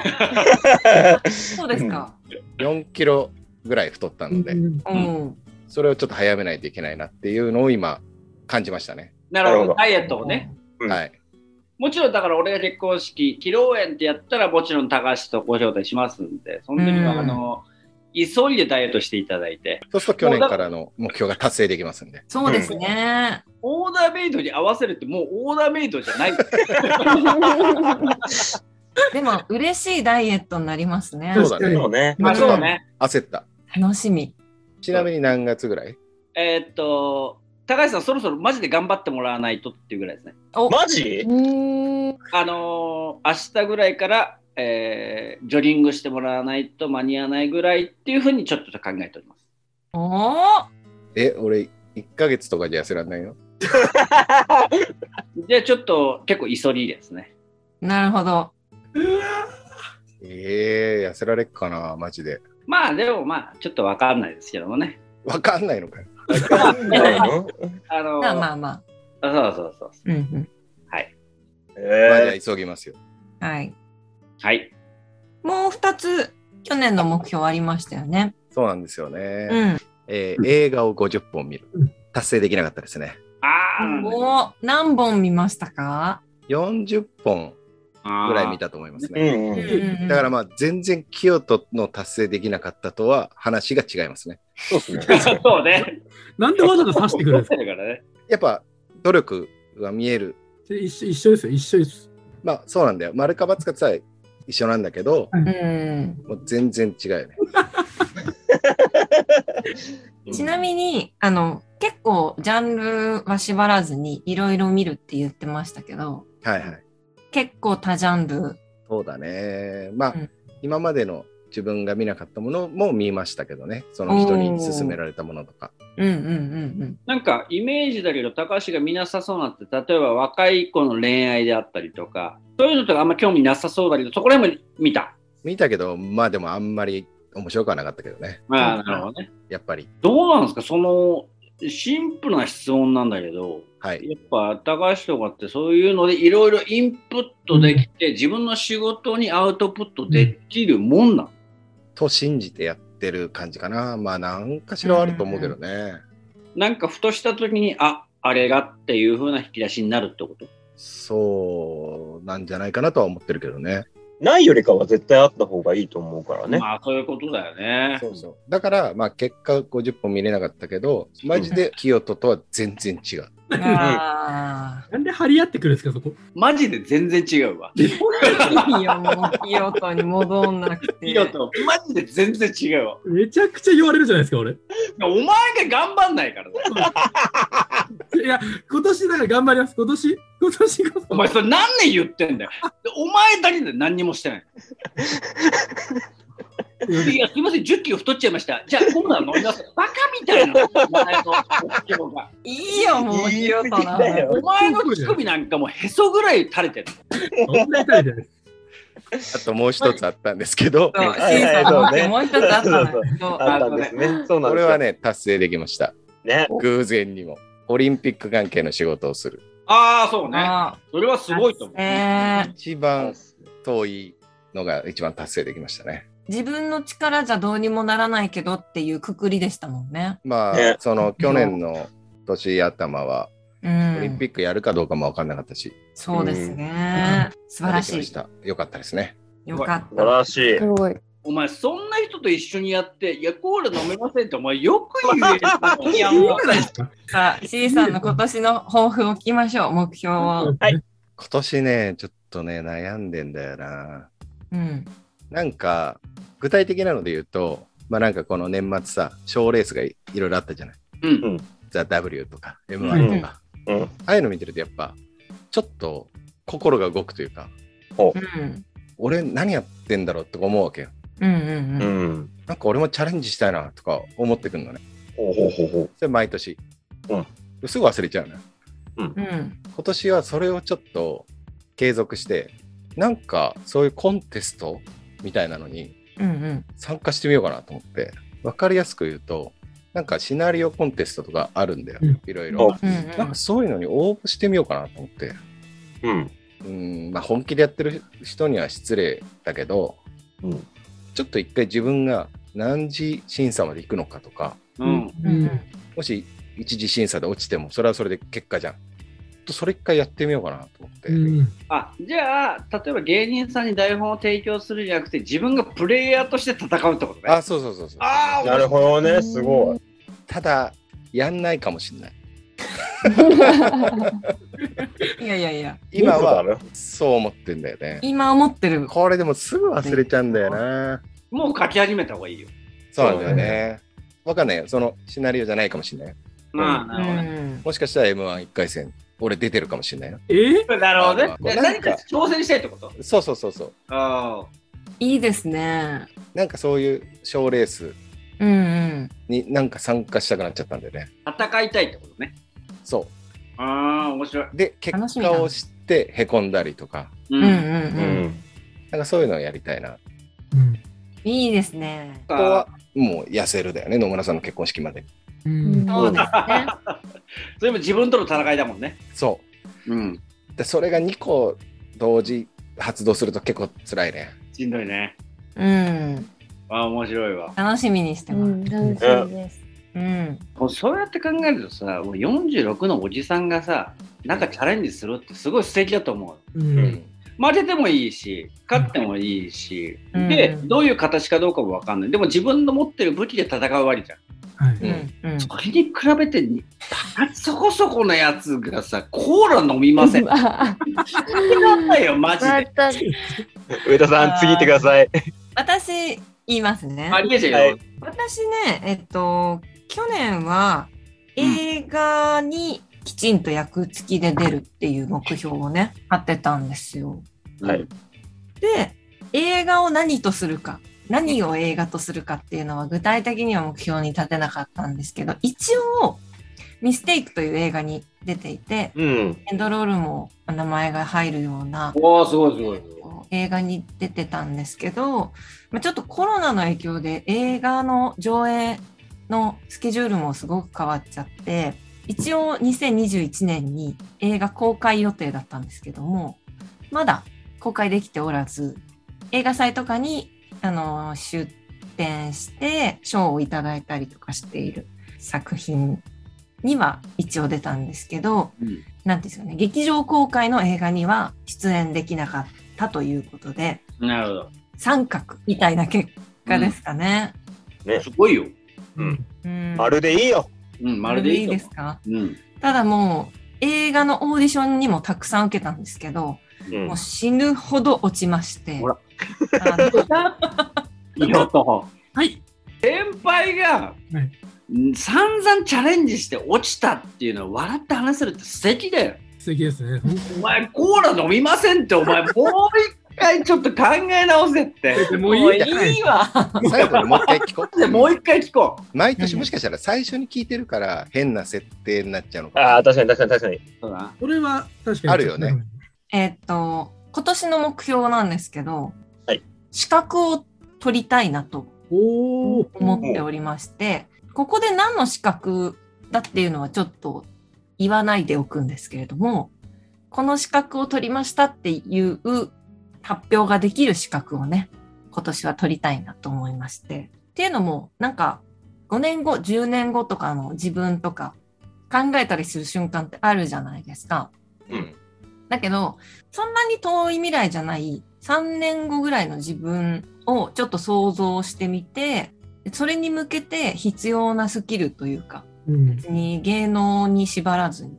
Speaker 1: そうですか。
Speaker 2: 4キロぐらい太ったので、
Speaker 6: うん
Speaker 1: う
Speaker 3: うん
Speaker 1: ん。
Speaker 2: それをちょっと早めないといけないなっていうのを今感じましたね、
Speaker 3: なる
Speaker 4: な
Speaker 3: ほ
Speaker 4: るほ
Speaker 3: ど
Speaker 4: ど
Speaker 3: ダイエットをね。
Speaker 4: うん
Speaker 2: はい
Speaker 3: もちろんだから俺が結婚式、披露宴ってやったらもちろん高橋とご招待しますんで、その時
Speaker 1: うん
Speaker 3: はあの、急いでダイエットしていただいて、
Speaker 2: そうすると去年からの目標が達成できますんで
Speaker 1: そうですね。
Speaker 3: オーダーメイドに合わせるってもうオーダーメイドじゃない。
Speaker 1: でも嬉しいダイエットになりますね。
Speaker 2: そうだね
Speaker 4: そうね。
Speaker 3: あ、そうね。
Speaker 2: 焦った
Speaker 1: 楽しみ。
Speaker 2: ちなみに何月ぐらい
Speaker 3: えーっと、高橋さんそろそろマジで頑張ってもらわないとっていうぐらいですね。
Speaker 1: お、
Speaker 4: マ
Speaker 3: <laughs>
Speaker 4: ジ
Speaker 5: うん
Speaker 3: あのー明日ぐらいから、えージョギングしてもらわないと間に合わないぐらいっていうふうにちょっと考えております。
Speaker 1: お
Speaker 2: え俺1ヶ月とかじゃ痩せられないよ
Speaker 3: で、ちょっと結構急ぎですね。
Speaker 1: ーなるほど。
Speaker 2: えー、痩せられっかなマジで
Speaker 3: まあでもまあ、ちょっとわかんないですけどもね。
Speaker 2: わかんないのかよ
Speaker 4: ないの
Speaker 3: あの
Speaker 1: まあまあまあ。
Speaker 3: そうそうそうそ
Speaker 1: うんうん。
Speaker 2: まあじゃ
Speaker 4: え
Speaker 2: あ急ぎますよ
Speaker 1: はい。
Speaker 3: う。はい。
Speaker 1: もう二つ、去年の目標ありましたよね。
Speaker 2: そうなんですよね、
Speaker 1: うん。
Speaker 2: えー映画を50本見る
Speaker 6: うん
Speaker 2: 達成できなかったですね
Speaker 3: あー、
Speaker 1: お何本見ましたか
Speaker 2: 40本
Speaker 3: あー
Speaker 2: ぐらい見。たと思います
Speaker 4: ー
Speaker 2: ね。
Speaker 4: うん
Speaker 1: うん
Speaker 4: う。
Speaker 1: んうん
Speaker 2: だからまあ全然清人の達成できなかったとは話が違いますね。
Speaker 4: そうですね。
Speaker 3: <laughs> そうね。
Speaker 6: なんでわざわざ刺してくるんですか
Speaker 3: そうだからね。
Speaker 2: やっぱ努力が見える。
Speaker 6: それ一緒一緒ですよ、一緒です。
Speaker 2: まあそうなんだよ。丸か×かさえ一緒なんだけど、
Speaker 1: うん
Speaker 2: もう全然違うよね。
Speaker 1: ちなみに、あの、結構ジャンルは縛らずにいろいろ見るって言ってましたけど、
Speaker 2: はいはい。
Speaker 1: 結構多ジャンル。
Speaker 2: そうだね。まあ、
Speaker 1: うん
Speaker 2: 今までの自分が見なかったものも見ましたけどね。その人に勧められたものとか。
Speaker 1: うんうんうん
Speaker 3: なんかイメージだけど、高橋が見なさそうなって、例えば若い子の恋愛であったりとか、そういうのとかあんま興味なさそうだけど、そこら辺も見た。
Speaker 2: 見たけど、まあでもあんまり面白くはなかったけどね。
Speaker 3: まあ、なるほどね。
Speaker 2: やっぱり。
Speaker 3: どうなんですか、その、シンプルな質問なんだけど、
Speaker 2: はい。
Speaker 3: やっぱ高橋とかってそういうのでいろいろインプットできて、自分の仕事にアウトプットできるもんなの
Speaker 2: と信じてやってる感じかな。まあなんかしらはあると思うけどね。
Speaker 3: なんかふとした時に、ああれがっていう風な引き出しになるってこと
Speaker 2: そうなんじゃないかなとは思ってるけどね。
Speaker 4: ないよりかは絶対あった方がいいと思うからね。
Speaker 3: まあそういうことだよね。
Speaker 2: そうそう。だから、まあ結果50本見れなかったけど、マジで清人とは全然違う。
Speaker 1: うん。あ
Speaker 6: なんで張り合ってくるんですか、そこ。
Speaker 3: マジで全然違
Speaker 2: <laughs>
Speaker 3: うわ。
Speaker 1: あ。いいよ、もう、ピヨトに戻んなくて。
Speaker 3: いいよと、マジで全然違うわ。
Speaker 6: めちゃくちゃ言われるじゃないですか、俺。い
Speaker 3: お前が頑張んないからだよ。
Speaker 6: や、今年だから頑張ります、今年。今年こそ。
Speaker 3: お前それ何年言ってんだよ。でお前だけで何にもしてない。いや、すみません、10キロ太っちゃいました。じゃあ、今度は飲みます。バカみたいな。お前の目標が
Speaker 1: いいよ、もう、ピヨトな。
Speaker 4: 言い過ぎだよ
Speaker 3: お前の乳首なんかもうへそぐらい垂れてる。
Speaker 6: そんな痛いじゃないです
Speaker 2: あともう一つあったんですけど、
Speaker 1: そう、
Speaker 4: はい
Speaker 1: 審査の
Speaker 4: はい
Speaker 1: 時もう一つあったんだけど、
Speaker 4: あったんですね。そうなん
Speaker 2: こ
Speaker 4: で
Speaker 2: れ
Speaker 4: す
Speaker 2: は
Speaker 4: よ。
Speaker 2: ね、達成できました。
Speaker 4: ね。
Speaker 2: 偶然にも。オリンピック関係の仕事をする。
Speaker 3: ああ、そうね。
Speaker 1: あ
Speaker 3: それはすごいと思う。
Speaker 1: えー
Speaker 2: 一番遠いのが一番達成できましたね。
Speaker 1: 自分の力じゃどうにもならないけどっていうくくりでしたもんね。
Speaker 2: まあ、
Speaker 4: ね
Speaker 2: その去年の年頭は、
Speaker 1: う
Speaker 2: オリン
Speaker 1: ん
Speaker 2: ピ、ックやるかどうかも分かんなかったし、
Speaker 1: そうですね。素晴らし
Speaker 2: でき
Speaker 1: い。
Speaker 2: また。よかったですね。
Speaker 1: よかっ
Speaker 4: 素晴
Speaker 1: た。
Speaker 4: らしい。
Speaker 5: すごい。
Speaker 3: お前、そんな人と一緒にやって、いや、コーラ飲めませんって、お前、よく言え <laughs> る
Speaker 1: いやもうさあ、C さんの今年の抱負を聞きましょう。目標を。
Speaker 2: 今年ね、ちょっとね、悩んでんだよな。
Speaker 1: うん。
Speaker 2: なんか、具体的なので言うと、まあなんかこの年末さ、賞レースがいいろいろあったじゃない。
Speaker 3: うん。
Speaker 2: ザ・ W とか、M1 とか、
Speaker 4: うんうん
Speaker 2: ああいうの見てるとやっぱ、ちょっと心が動くというか、
Speaker 1: うん。
Speaker 2: 俺何やってんだろうとか思うわけよ。
Speaker 1: うんうん
Speaker 4: う
Speaker 1: うん。
Speaker 4: ん。
Speaker 2: なんか俺もチャレンジしたいなとか思ってくるのね。
Speaker 4: ほうほうほうほう。
Speaker 2: それ毎年。
Speaker 4: うん
Speaker 2: すぐ忘れちゃうのよ。
Speaker 1: うん。
Speaker 2: 今年はそれをちょっと継続して、なんかそういうコンテストみたいなのに
Speaker 1: うんうん。
Speaker 2: 参加してみようかなと思って、わかりやすく言うと、なんかシナリオコンテストとかあるんだよ
Speaker 6: うん。
Speaker 2: いろい
Speaker 4: お
Speaker 2: ろ。
Speaker 1: うん
Speaker 2: なんかそういうのに応募してみようかなと思って。
Speaker 4: うん。
Speaker 2: うん、まあ本気でやってる人には失礼だけど、
Speaker 4: うん
Speaker 2: ちょっと一回自分が何次審査まで行くのかとか、
Speaker 3: うん。
Speaker 1: うんうん
Speaker 2: もし一次審査で落ちても、それはそれで結果じゃん。ちょっとそれ一回やってみようかなと思って。
Speaker 6: うん
Speaker 3: あ、じゃあ、例えば芸人さんに台本を提供するんじゃなくて、自分がプレイヤーとして戦うってことね。
Speaker 2: あ、そうそうそうそう。
Speaker 3: あー
Speaker 4: なるほどね、すごい。
Speaker 2: ただ、やんないかもしれない。
Speaker 1: いやいやいや、
Speaker 2: 今は
Speaker 4: そうだね
Speaker 2: そう思ってんだよね。
Speaker 1: 今思ってる。
Speaker 2: これでもすぐ忘れちゃうんだよな。
Speaker 3: もう書き始めた方がいいよ。
Speaker 2: そうなんだよね。わかんないよ。そのシナリオじゃないかもしれない。
Speaker 3: まあ、
Speaker 1: う
Speaker 3: なるほどね。
Speaker 1: ん。
Speaker 2: もしかしたら M11 回戦、俺出てるかもしれないな。
Speaker 6: えー
Speaker 3: なるほどね。
Speaker 2: うん
Speaker 3: で何か挑戦したいってこと
Speaker 2: そうそうそうそう。
Speaker 3: あ
Speaker 1: いいですね。
Speaker 2: なんかそういう賞レース
Speaker 1: うんうん。
Speaker 2: になんか参加したくなっちゃったんだよね。
Speaker 3: あ、戦いたいってことね。
Speaker 2: そ
Speaker 3: ああ、面白い。
Speaker 2: う。で、結
Speaker 1: 楽しみだ
Speaker 2: 果を知ってへこんだりとか、
Speaker 3: う
Speaker 1: うんうん
Speaker 3: ん。
Speaker 1: う
Speaker 4: う
Speaker 1: ん。
Speaker 4: ん。
Speaker 2: なんかそういうのをやりたいな。
Speaker 6: うん
Speaker 1: いいですね。
Speaker 2: ここはもう痩せるだよね、野村さんの結婚式まで。
Speaker 6: うん
Speaker 1: そうですね。
Speaker 3: それも自分との戦いだもんね。
Speaker 2: そ
Speaker 3: うん。
Speaker 2: う。で、それが2個同時発動すると結構辛いね。
Speaker 3: しんどいね。
Speaker 1: うん。
Speaker 3: ああ、面白いわ。
Speaker 1: 楽しみにして
Speaker 5: う
Speaker 1: ます。
Speaker 5: ん、楽しみです。
Speaker 1: うん。
Speaker 3: もうそうやって考えるとさ、もう46のおじさんがさ、なんかチャレンジするってすごい素敵だと思う。
Speaker 6: うん
Speaker 2: うん
Speaker 3: 負けてもいいし、勝ってもいいし、
Speaker 1: うん
Speaker 3: で、どういう形かどうかもわかんない。でも自分の持ってる武器で戦うわけじゃん。
Speaker 6: は
Speaker 1: う
Speaker 6: い
Speaker 1: ん。うん。
Speaker 3: それに比べてに、そこそこのやつがさ、コーラ飲みま <laughs> せん。やばいよ、 <laughs> マジ
Speaker 5: ま
Speaker 3: で。
Speaker 5: た、
Speaker 4: 上田さん、次行ってください。
Speaker 1: 私、言いますね。
Speaker 3: ありえち
Speaker 4: は
Speaker 3: ゃうよ
Speaker 4: い。
Speaker 1: 私ね、えっと、去年は
Speaker 3: うん
Speaker 1: 映画にきちんと役付きで出るっていう目標をね、立てたんですよ。
Speaker 4: はい
Speaker 1: で、映画を何とするか、何を映画とするかっていうのは具体的には目標に立てなかったんですけど、一応、ミステイクという映画に出ていて、
Speaker 4: うん。
Speaker 1: エンドロールも名前が入るような
Speaker 3: おお、すごいすごい。
Speaker 1: 映画に出てたんですけど、まあ、ちょっとコロナの影響で映画の上映のスケジュールもすごく変わっちゃって一応2021年に映画公開予定だったんですけどもまだ公開できておらず映画祭とかにあの出展して賞をいただいたりとかしている作品には一応出たんですけど、
Speaker 3: うん
Speaker 1: なんていうんですかね、劇場公開の映画には出演できなかったということで、
Speaker 3: なるほど。
Speaker 1: 三角みたいな結果ですかね。
Speaker 3: すごいよ。
Speaker 4: うん
Speaker 1: うん
Speaker 4: まるでいいよ。
Speaker 3: うん、ま
Speaker 1: まる
Speaker 3: るで
Speaker 1: で
Speaker 3: い
Speaker 1: い
Speaker 3: い
Speaker 1: い
Speaker 3: と
Speaker 1: で
Speaker 3: 思
Speaker 1: すか
Speaker 3: う。うん。
Speaker 1: ただもう、映画のオーディションにもたくさん受けたんですけど、
Speaker 4: うん
Speaker 1: もう。死ぬほど落ちまして。
Speaker 3: ほら
Speaker 1: あの
Speaker 3: いい男。
Speaker 6: はい。
Speaker 3: 先輩が、
Speaker 6: はい
Speaker 3: うん散々チャレンジして落ちたっていうのを笑って話せるって素敵だよ。
Speaker 6: 素敵ですね。
Speaker 3: お前コーラ飲みませんってお前もう一回ちょっと考え直せって。
Speaker 6: もういい
Speaker 3: もういいわ。
Speaker 2: 最後にもう一回聞こ
Speaker 3: <laughs> もう
Speaker 2: う。
Speaker 3: 一回聞こ
Speaker 2: 毎年もしかしたら最初に聞いてるから変な設定になっちゃうのかも
Speaker 4: ああ、確かに確かに確かに。
Speaker 3: う。そうだな。
Speaker 6: これは確かに。
Speaker 2: あるよね。
Speaker 1: えっと、今年の目標なんですけど、
Speaker 4: はい
Speaker 1: 資格を取りたいなと
Speaker 6: おお。
Speaker 1: 思っておりまして、ここで何の資格だっていうのはちょっと言わないでおくんですけれども、この資格を取りましたっていう発表ができる資格をね、今今年は取りたいなと思いまして。っていうのも、なんか、5年後、10年後とかの自分とか、考えたりする瞬間ってあるじゃないですか。
Speaker 4: うん。
Speaker 1: だけど、そんなに遠い未来じゃない、3年後ぐらいの自分をちょっと想像してみて、それに向けて必要なスキルというか、
Speaker 6: うん。
Speaker 1: 別に芸能に縛らずに、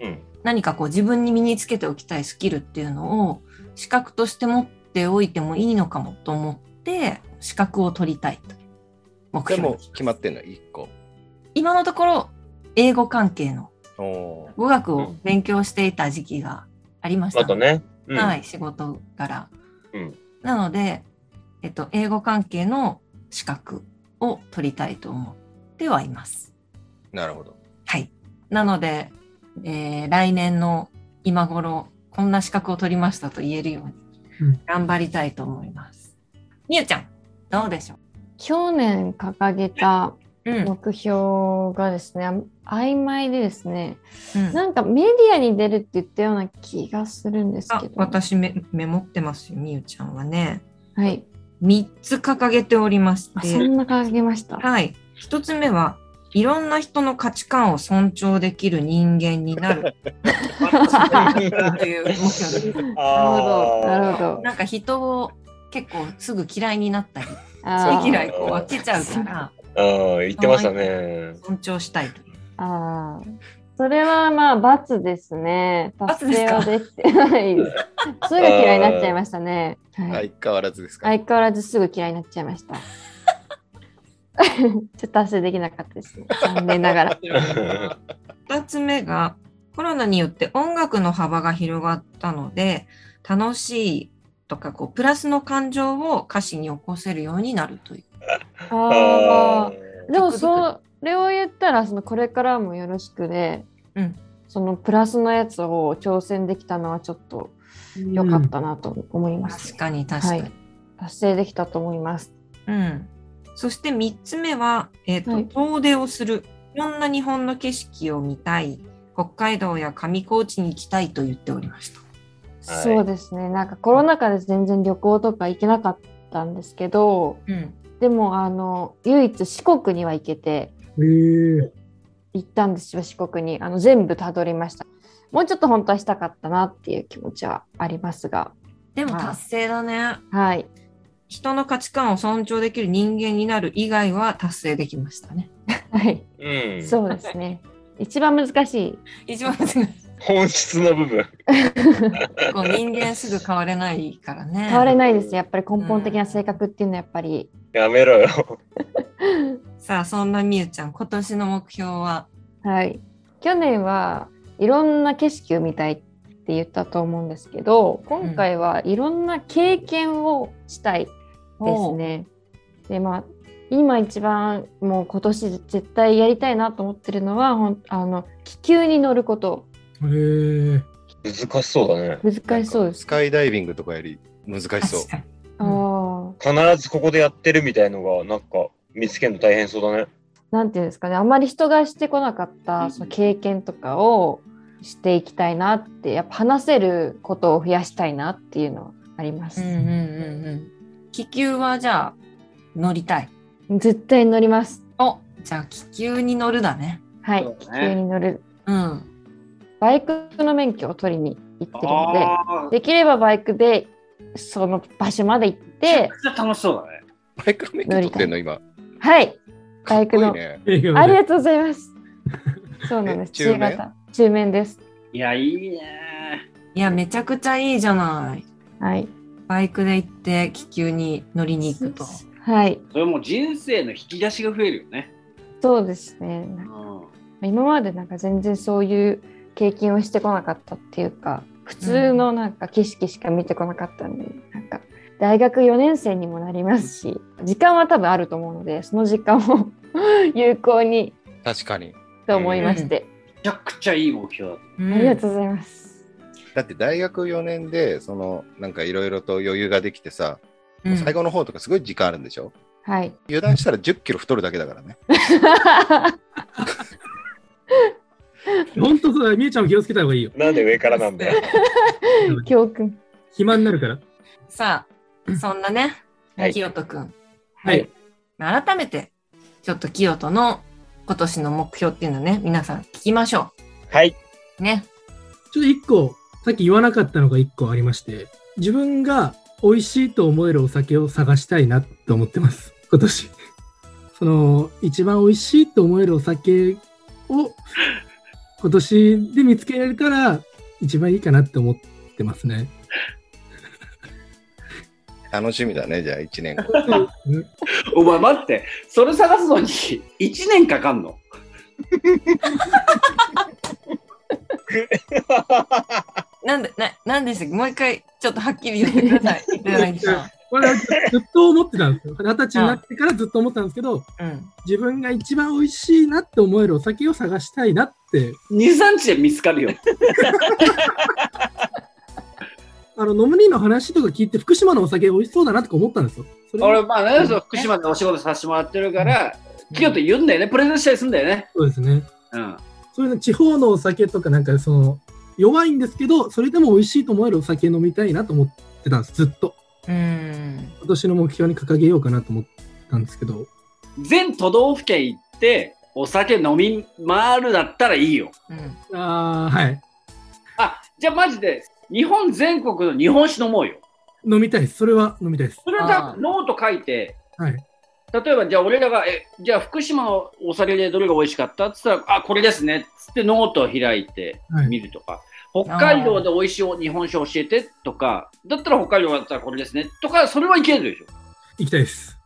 Speaker 4: うん。
Speaker 1: 何かこう自分に身につけておきたいスキルっていうのを資格として持っておいてもいいのかもと思って資格を取りたいという目
Speaker 2: で
Speaker 1: 標
Speaker 2: も決まってんの1個。
Speaker 1: 今のところ英語関係の
Speaker 2: おー
Speaker 1: 語学を勉強していた時期がありました
Speaker 4: ま
Speaker 1: ので
Speaker 4: たね。うん。
Speaker 1: はい、仕事柄。
Speaker 4: うん
Speaker 1: なので、えっと、英語関係の資格を取りたいと思ってはいます。
Speaker 2: なるほど。
Speaker 1: はい。なので、えー来年の今頃、こんな資格を取りましたと言えるよう
Speaker 6: う
Speaker 1: に
Speaker 6: ん、
Speaker 1: 頑張りたいと思います。みゆちゃん、どうでしょ
Speaker 5: 去年掲げた
Speaker 1: ううん。
Speaker 5: 目標がですね、あ曖昧でですね、
Speaker 1: うん
Speaker 5: なんかメディアに出るって言ったような気がするんです
Speaker 1: あ
Speaker 5: けど、
Speaker 1: 私メメモってますよ、みゆちゃんはね。
Speaker 5: はい、
Speaker 1: 3つ掲げておりまし
Speaker 5: あ
Speaker 1: て。
Speaker 5: そんな掲げました。
Speaker 1: はい。一つ目は、いろんな人の価値観を尊重できる人間になるという目標です。
Speaker 4: あー
Speaker 5: なるほどなるほど
Speaker 1: なんか人を結構すぐ嫌いになったり、
Speaker 5: あ
Speaker 1: 好
Speaker 5: ー
Speaker 1: き嫌いこう分けちゃうから、
Speaker 4: うん、言ってましたね。
Speaker 1: 尊重したいという。
Speaker 5: あーそれはまあ罰ですね。達成はできてない。すぐ嫌いになっちゃいましたね。はい、
Speaker 2: 相変わらずですか。
Speaker 5: 相変わらずすぐ嫌いになっちゃいました。ちょっと達成できなかったですね。残念ながら。
Speaker 2: <laughs>
Speaker 1: 二つ目が、コロナによって音楽の幅が広がったので、楽しいとか、こう、プラスの感情を歌詞に起こせるようになるという。
Speaker 5: あーでも
Speaker 1: ちょっと
Speaker 5: それを言ったらそのこれからもよろしくで、
Speaker 1: うん
Speaker 5: そのプラスのやつを挑戦できたのはちょっと良かったなと思います
Speaker 1: 確。かに確かに。
Speaker 5: はい達成できたと思います。
Speaker 1: うん、そして3つ目は、えーと
Speaker 5: はい
Speaker 1: 遠出をするいろんな日本の景色を見たい北海道や上高地に行きたいと言っておりました。
Speaker 4: はい
Speaker 5: そうですね。なんかコロナ禍で全然旅行とか行けなかったんですけど、
Speaker 1: うん、
Speaker 5: でもあの唯一四国には行けて
Speaker 6: えー、
Speaker 5: 行ったんですよ。四国にあの全部たどりました。もうちょっと本当はしたかったなっていう気持ちはありますが、
Speaker 1: でも
Speaker 5: はい
Speaker 1: 達成だね。
Speaker 5: はい。
Speaker 1: 人の価値観を尊重できる人間になる以外は達成できましたね。
Speaker 5: はい、
Speaker 4: うん、
Speaker 5: そうですね。一番難しい。
Speaker 1: 一番難しい
Speaker 4: 本質の部分。
Speaker 1: <laughs> こう人間すぐ変われないからね。
Speaker 5: 変われないです。やっぱり根本的な性格っていうのはやっぱり、
Speaker 4: やめろよ。
Speaker 1: さあそんなみゆちゃん今年の目標は
Speaker 5: はい。去年はいろんな景色を見たいって言ったと思うんですけど、今回はいろんな経験をしたいですね。でまあ今一番もう今年絶対やりたいなと思ってるのはほんあの気球に乗ること
Speaker 6: えー、
Speaker 4: 難しそうだね。
Speaker 5: 難しそう
Speaker 2: なん
Speaker 5: で
Speaker 2: か
Speaker 5: す
Speaker 2: ス。カイダイビングとかより難しそう
Speaker 1: 確。かに
Speaker 5: あー
Speaker 4: 必ずここでやってるみたいのが、なんか見つけるの大変そうだね。
Speaker 5: なんていうんですかねあまり人がしてこなかっ
Speaker 3: う
Speaker 5: た
Speaker 3: ん
Speaker 5: その経験とかをしていきたいなってやっぱ話せることを増やしたいなっていうのはあります。
Speaker 1: うんうんうんうん。気球はじゃあ乗りたい。
Speaker 5: 絶対乗ります。
Speaker 1: おじゃあ気球に乗るだね。
Speaker 5: はい、
Speaker 3: そう
Speaker 5: 気
Speaker 3: だね
Speaker 5: 球に乗る。
Speaker 1: うん。
Speaker 5: バイクの免許を取りに行ってるの
Speaker 3: あー
Speaker 5: で、できればバイクでその場所まで行っ
Speaker 3: め <laughs>
Speaker 5: て、
Speaker 3: ちゃくちゃ楽しそうだね。
Speaker 2: バイクの免許取ってんの今。
Speaker 5: はい、
Speaker 2: かっこいい
Speaker 5: バ
Speaker 2: ね。
Speaker 6: 映画
Speaker 5: あり
Speaker 6: で
Speaker 5: がとうございます。そうなんです。
Speaker 2: え中
Speaker 5: 中
Speaker 2: 免
Speaker 5: 型、中面です。
Speaker 3: いや、いいね。
Speaker 1: いや、めちゃくちゃいいじゃない。
Speaker 5: はい。
Speaker 1: バイクで行って気球に乗りに行
Speaker 5: <laughs>
Speaker 1: くと。
Speaker 5: はい、
Speaker 3: それもう人生の引き出しが増えるよね。
Speaker 5: そうですね。
Speaker 3: うん
Speaker 5: 今までなんか全然そういう経験をしてこなかったっていうか普通のなんか景色しか見てこなかったんで、なんか大学4年生にもなりますし時間は多分あると思うのでその時間を <laughs> 有効に
Speaker 2: 確かに。
Speaker 5: と思いまして、
Speaker 3: めちゃくちゃいい目標だ。
Speaker 1: うん
Speaker 5: ありがとうございます。
Speaker 2: だって大学4年で、その、なんかいろいろと余裕ができてさ、
Speaker 1: うん
Speaker 2: 最後の方とかすごい時間あるんでしょ
Speaker 5: はい、
Speaker 2: 油断したら10キロ太るだけだからね。
Speaker 6: 本当そうだ、みゆちゃんも気をつけた方がいいよ。
Speaker 4: なんで上からなんだよ。
Speaker 5: 教訓
Speaker 1: <laughs>
Speaker 6: 暇になるから。
Speaker 1: さあ、そんなね、
Speaker 4: はい
Speaker 1: 清人くん。
Speaker 6: はい。
Speaker 1: 改めて、ちょっと清人の今年の目標っていうのをね、皆さん聞きましょ
Speaker 4: はい。
Speaker 1: う。ね。
Speaker 6: ちょっと一個、さっき言わなかったのが一個ありまして、自分が美味しいと思えるお酒を探したいなと思ってます、今年。 <laughs> その、一番美味しいと思えるお酒を、今年で見つけられたら、一番いいかなって思ってますね。
Speaker 2: 楽しみだね、じゃあ1年後。 <laughs>
Speaker 3: <laughs> お前待って、それ探すのに1年かかんの
Speaker 1: なんで、な、なんでしたっけもう一回、ちょっとはっきり言ってください。
Speaker 5: <laughs>
Speaker 1: 柳さ
Speaker 6: これはずっと思ってたんですよ。二十歳になってからずっと思ってたんですけ
Speaker 1: ん。う
Speaker 6: ど、
Speaker 1: ん。
Speaker 6: 自分が一番美味しいなって思えるお酒を探したいなって、
Speaker 3: ?2、3日で見つかるよ。
Speaker 6: あの、ノムニの話とか聞いて、福島のお酒美味しそうだなとか思ったんですよ。それ
Speaker 3: <laughs> 俺、まあね、そう福島でお仕事させてもらってるから、企業と言うんだよね、プレゼンしたりするんだよね。
Speaker 6: そうですね。
Speaker 3: うん。
Speaker 6: そういうの地方のお酒とかなんかその弱いんですけどそれでも美味しいと思えるお酒飲みたいなと思ってたんですずっと
Speaker 1: うん。
Speaker 6: 今年の目標に掲げようかなと思ったんですけど
Speaker 3: 全都道府県行って、お酒飲み回るだったらいいよ。
Speaker 1: うん。
Speaker 6: ああはい
Speaker 3: あ、じゃあマジで、日本全国の日本酒飲もうよ。
Speaker 6: 飲みたいですそれは飲みたいです
Speaker 3: それは多分ノート書いて、
Speaker 6: はい
Speaker 3: 例えばじゃあ俺らが、え、じゃあ福島のお酒でどれが美味しかったって言ったら、あ、これですね。っつってノートを開いて
Speaker 6: はい
Speaker 3: 見るとか、北海道で美味しい日本酒教えてとか、だったら北海道だったらこれですね。とか、それはいけるでしょ。
Speaker 6: 行きたいです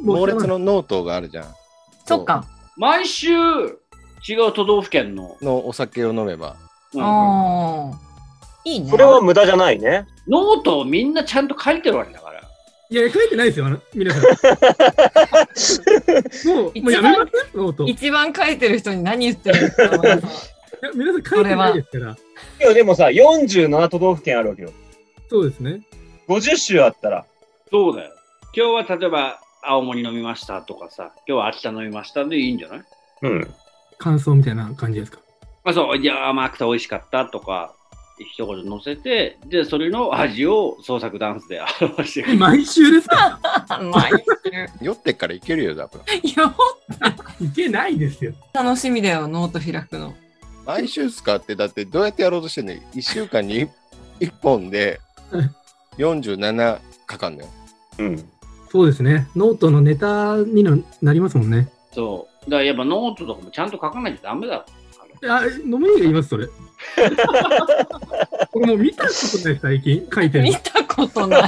Speaker 6: もう
Speaker 2: 猛烈のノートがあるじゃん。
Speaker 1: そっか。
Speaker 3: 毎週違う都道府県の、
Speaker 2: のお酒を飲めば。
Speaker 3: うんノ
Speaker 1: ああ。いいね。
Speaker 4: それは無駄じゃないね。
Speaker 3: ートをみんなちゃんと書いてるわけだから。
Speaker 6: いや書いてないですよあの皆 <laughs> さんもう
Speaker 1: 一番
Speaker 6: もうやめますノートい
Speaker 1: 一番書いてる人に何言ってるんですか皆さん
Speaker 6: や皆さん書いてないですから
Speaker 4: <laughs> いや、でもさ、47都道府県あるわけよ。
Speaker 6: そうですね
Speaker 4: 50州あったら。
Speaker 3: そうだよ。今日は例えば青森飲みましたとかさ、今日は秋田飲みましたでいいんじゃない
Speaker 4: うん。
Speaker 6: 感想みたいな感じですか
Speaker 3: まあそう、いや、甘くて美味しかったとか、一言載せて、で、それの味を創作ダンスで表していく。
Speaker 6: 毎週ですか
Speaker 4: <laughs>
Speaker 1: 毎
Speaker 2: 酔ってっからいけるよ、多分。
Speaker 1: 週。よ
Speaker 6: いけないですよ
Speaker 1: 楽しみだよ、ノート開くの。
Speaker 2: 毎週使って、だってどうやってやろうとしてんの ?1 週間に1本 <laughs> で
Speaker 6: うん
Speaker 2: 47かかんのよ。
Speaker 4: <laughs> うん。
Speaker 6: そうですねノートのネタにのなりますもんね
Speaker 3: そう。だからやっぱノートとかもちゃんと書かないとダメだ。
Speaker 6: あ、飲みにがいます、それ。 <laughs> これもう見たことない、最近。書いてる
Speaker 1: 見たことない。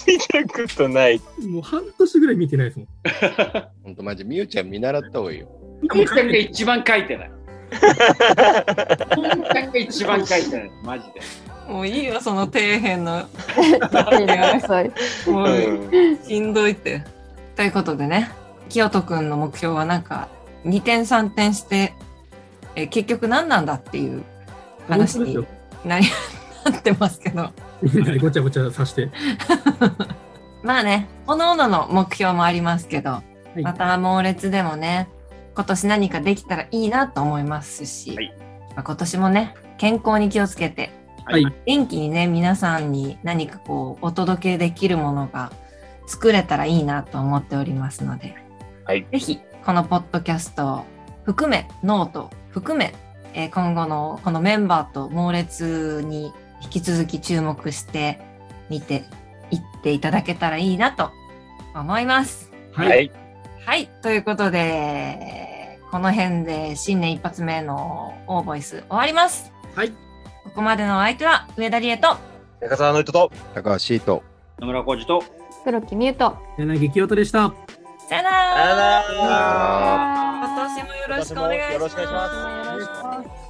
Speaker 6: <laughs>
Speaker 4: 見たことない。
Speaker 6: の。もう半年ぐらい見てないですもん。
Speaker 2: ほんとマジ、みゆちゃん見習った方がいいよ。
Speaker 3: みゆちゃんが一番書いてない。みゆちゃんが一番書いてない。マジで。
Speaker 1: もういいよ、その底辺の。
Speaker 5: いいねそう
Speaker 1: も
Speaker 4: う。
Speaker 1: うんしんどいって。ということでね、清人くんの目標はなんか、2点3点して、えー結局何なんだっていう話
Speaker 6: 本当です
Speaker 1: に
Speaker 6: よ。
Speaker 1: なり <laughs> なってますけど。
Speaker 6: みんなでごちゃごちゃさして。
Speaker 1: まあね、各々の目標もありますけど、
Speaker 6: い
Speaker 1: また猛烈でもね、今年何かできたらいいなと思いますし、
Speaker 3: はい
Speaker 1: まあ今年もね、健康に気をつけて、
Speaker 6: はい
Speaker 1: 元気にね、皆さんに何かこう、お届けできるものが作れたらいいなと思っておりますので、
Speaker 4: はい
Speaker 1: ぜひ、このポッドキャストを含め、ノート含め、えー今後のこのメンバーと猛烈に引き続き注目してみていっていただけたらいいなと思います。
Speaker 6: は。
Speaker 4: はいい。
Speaker 1: はい、ということで、この辺で新年一発目のオーボイス終わります。
Speaker 6: はい。
Speaker 1: ここまでのお相手は上田理恵と
Speaker 4: 中澤の人と、
Speaker 2: 高橋シート。
Speaker 3: 野村浩二と。
Speaker 5: 黒木美優と。
Speaker 6: 柳清人でした。
Speaker 1: さよなら
Speaker 4: ら
Speaker 2: あ
Speaker 1: 今年もよろしくお願いし
Speaker 4: 今年もよろしくお願いし
Speaker 1: ま
Speaker 4: ますす。
Speaker 5: よろしくお願いします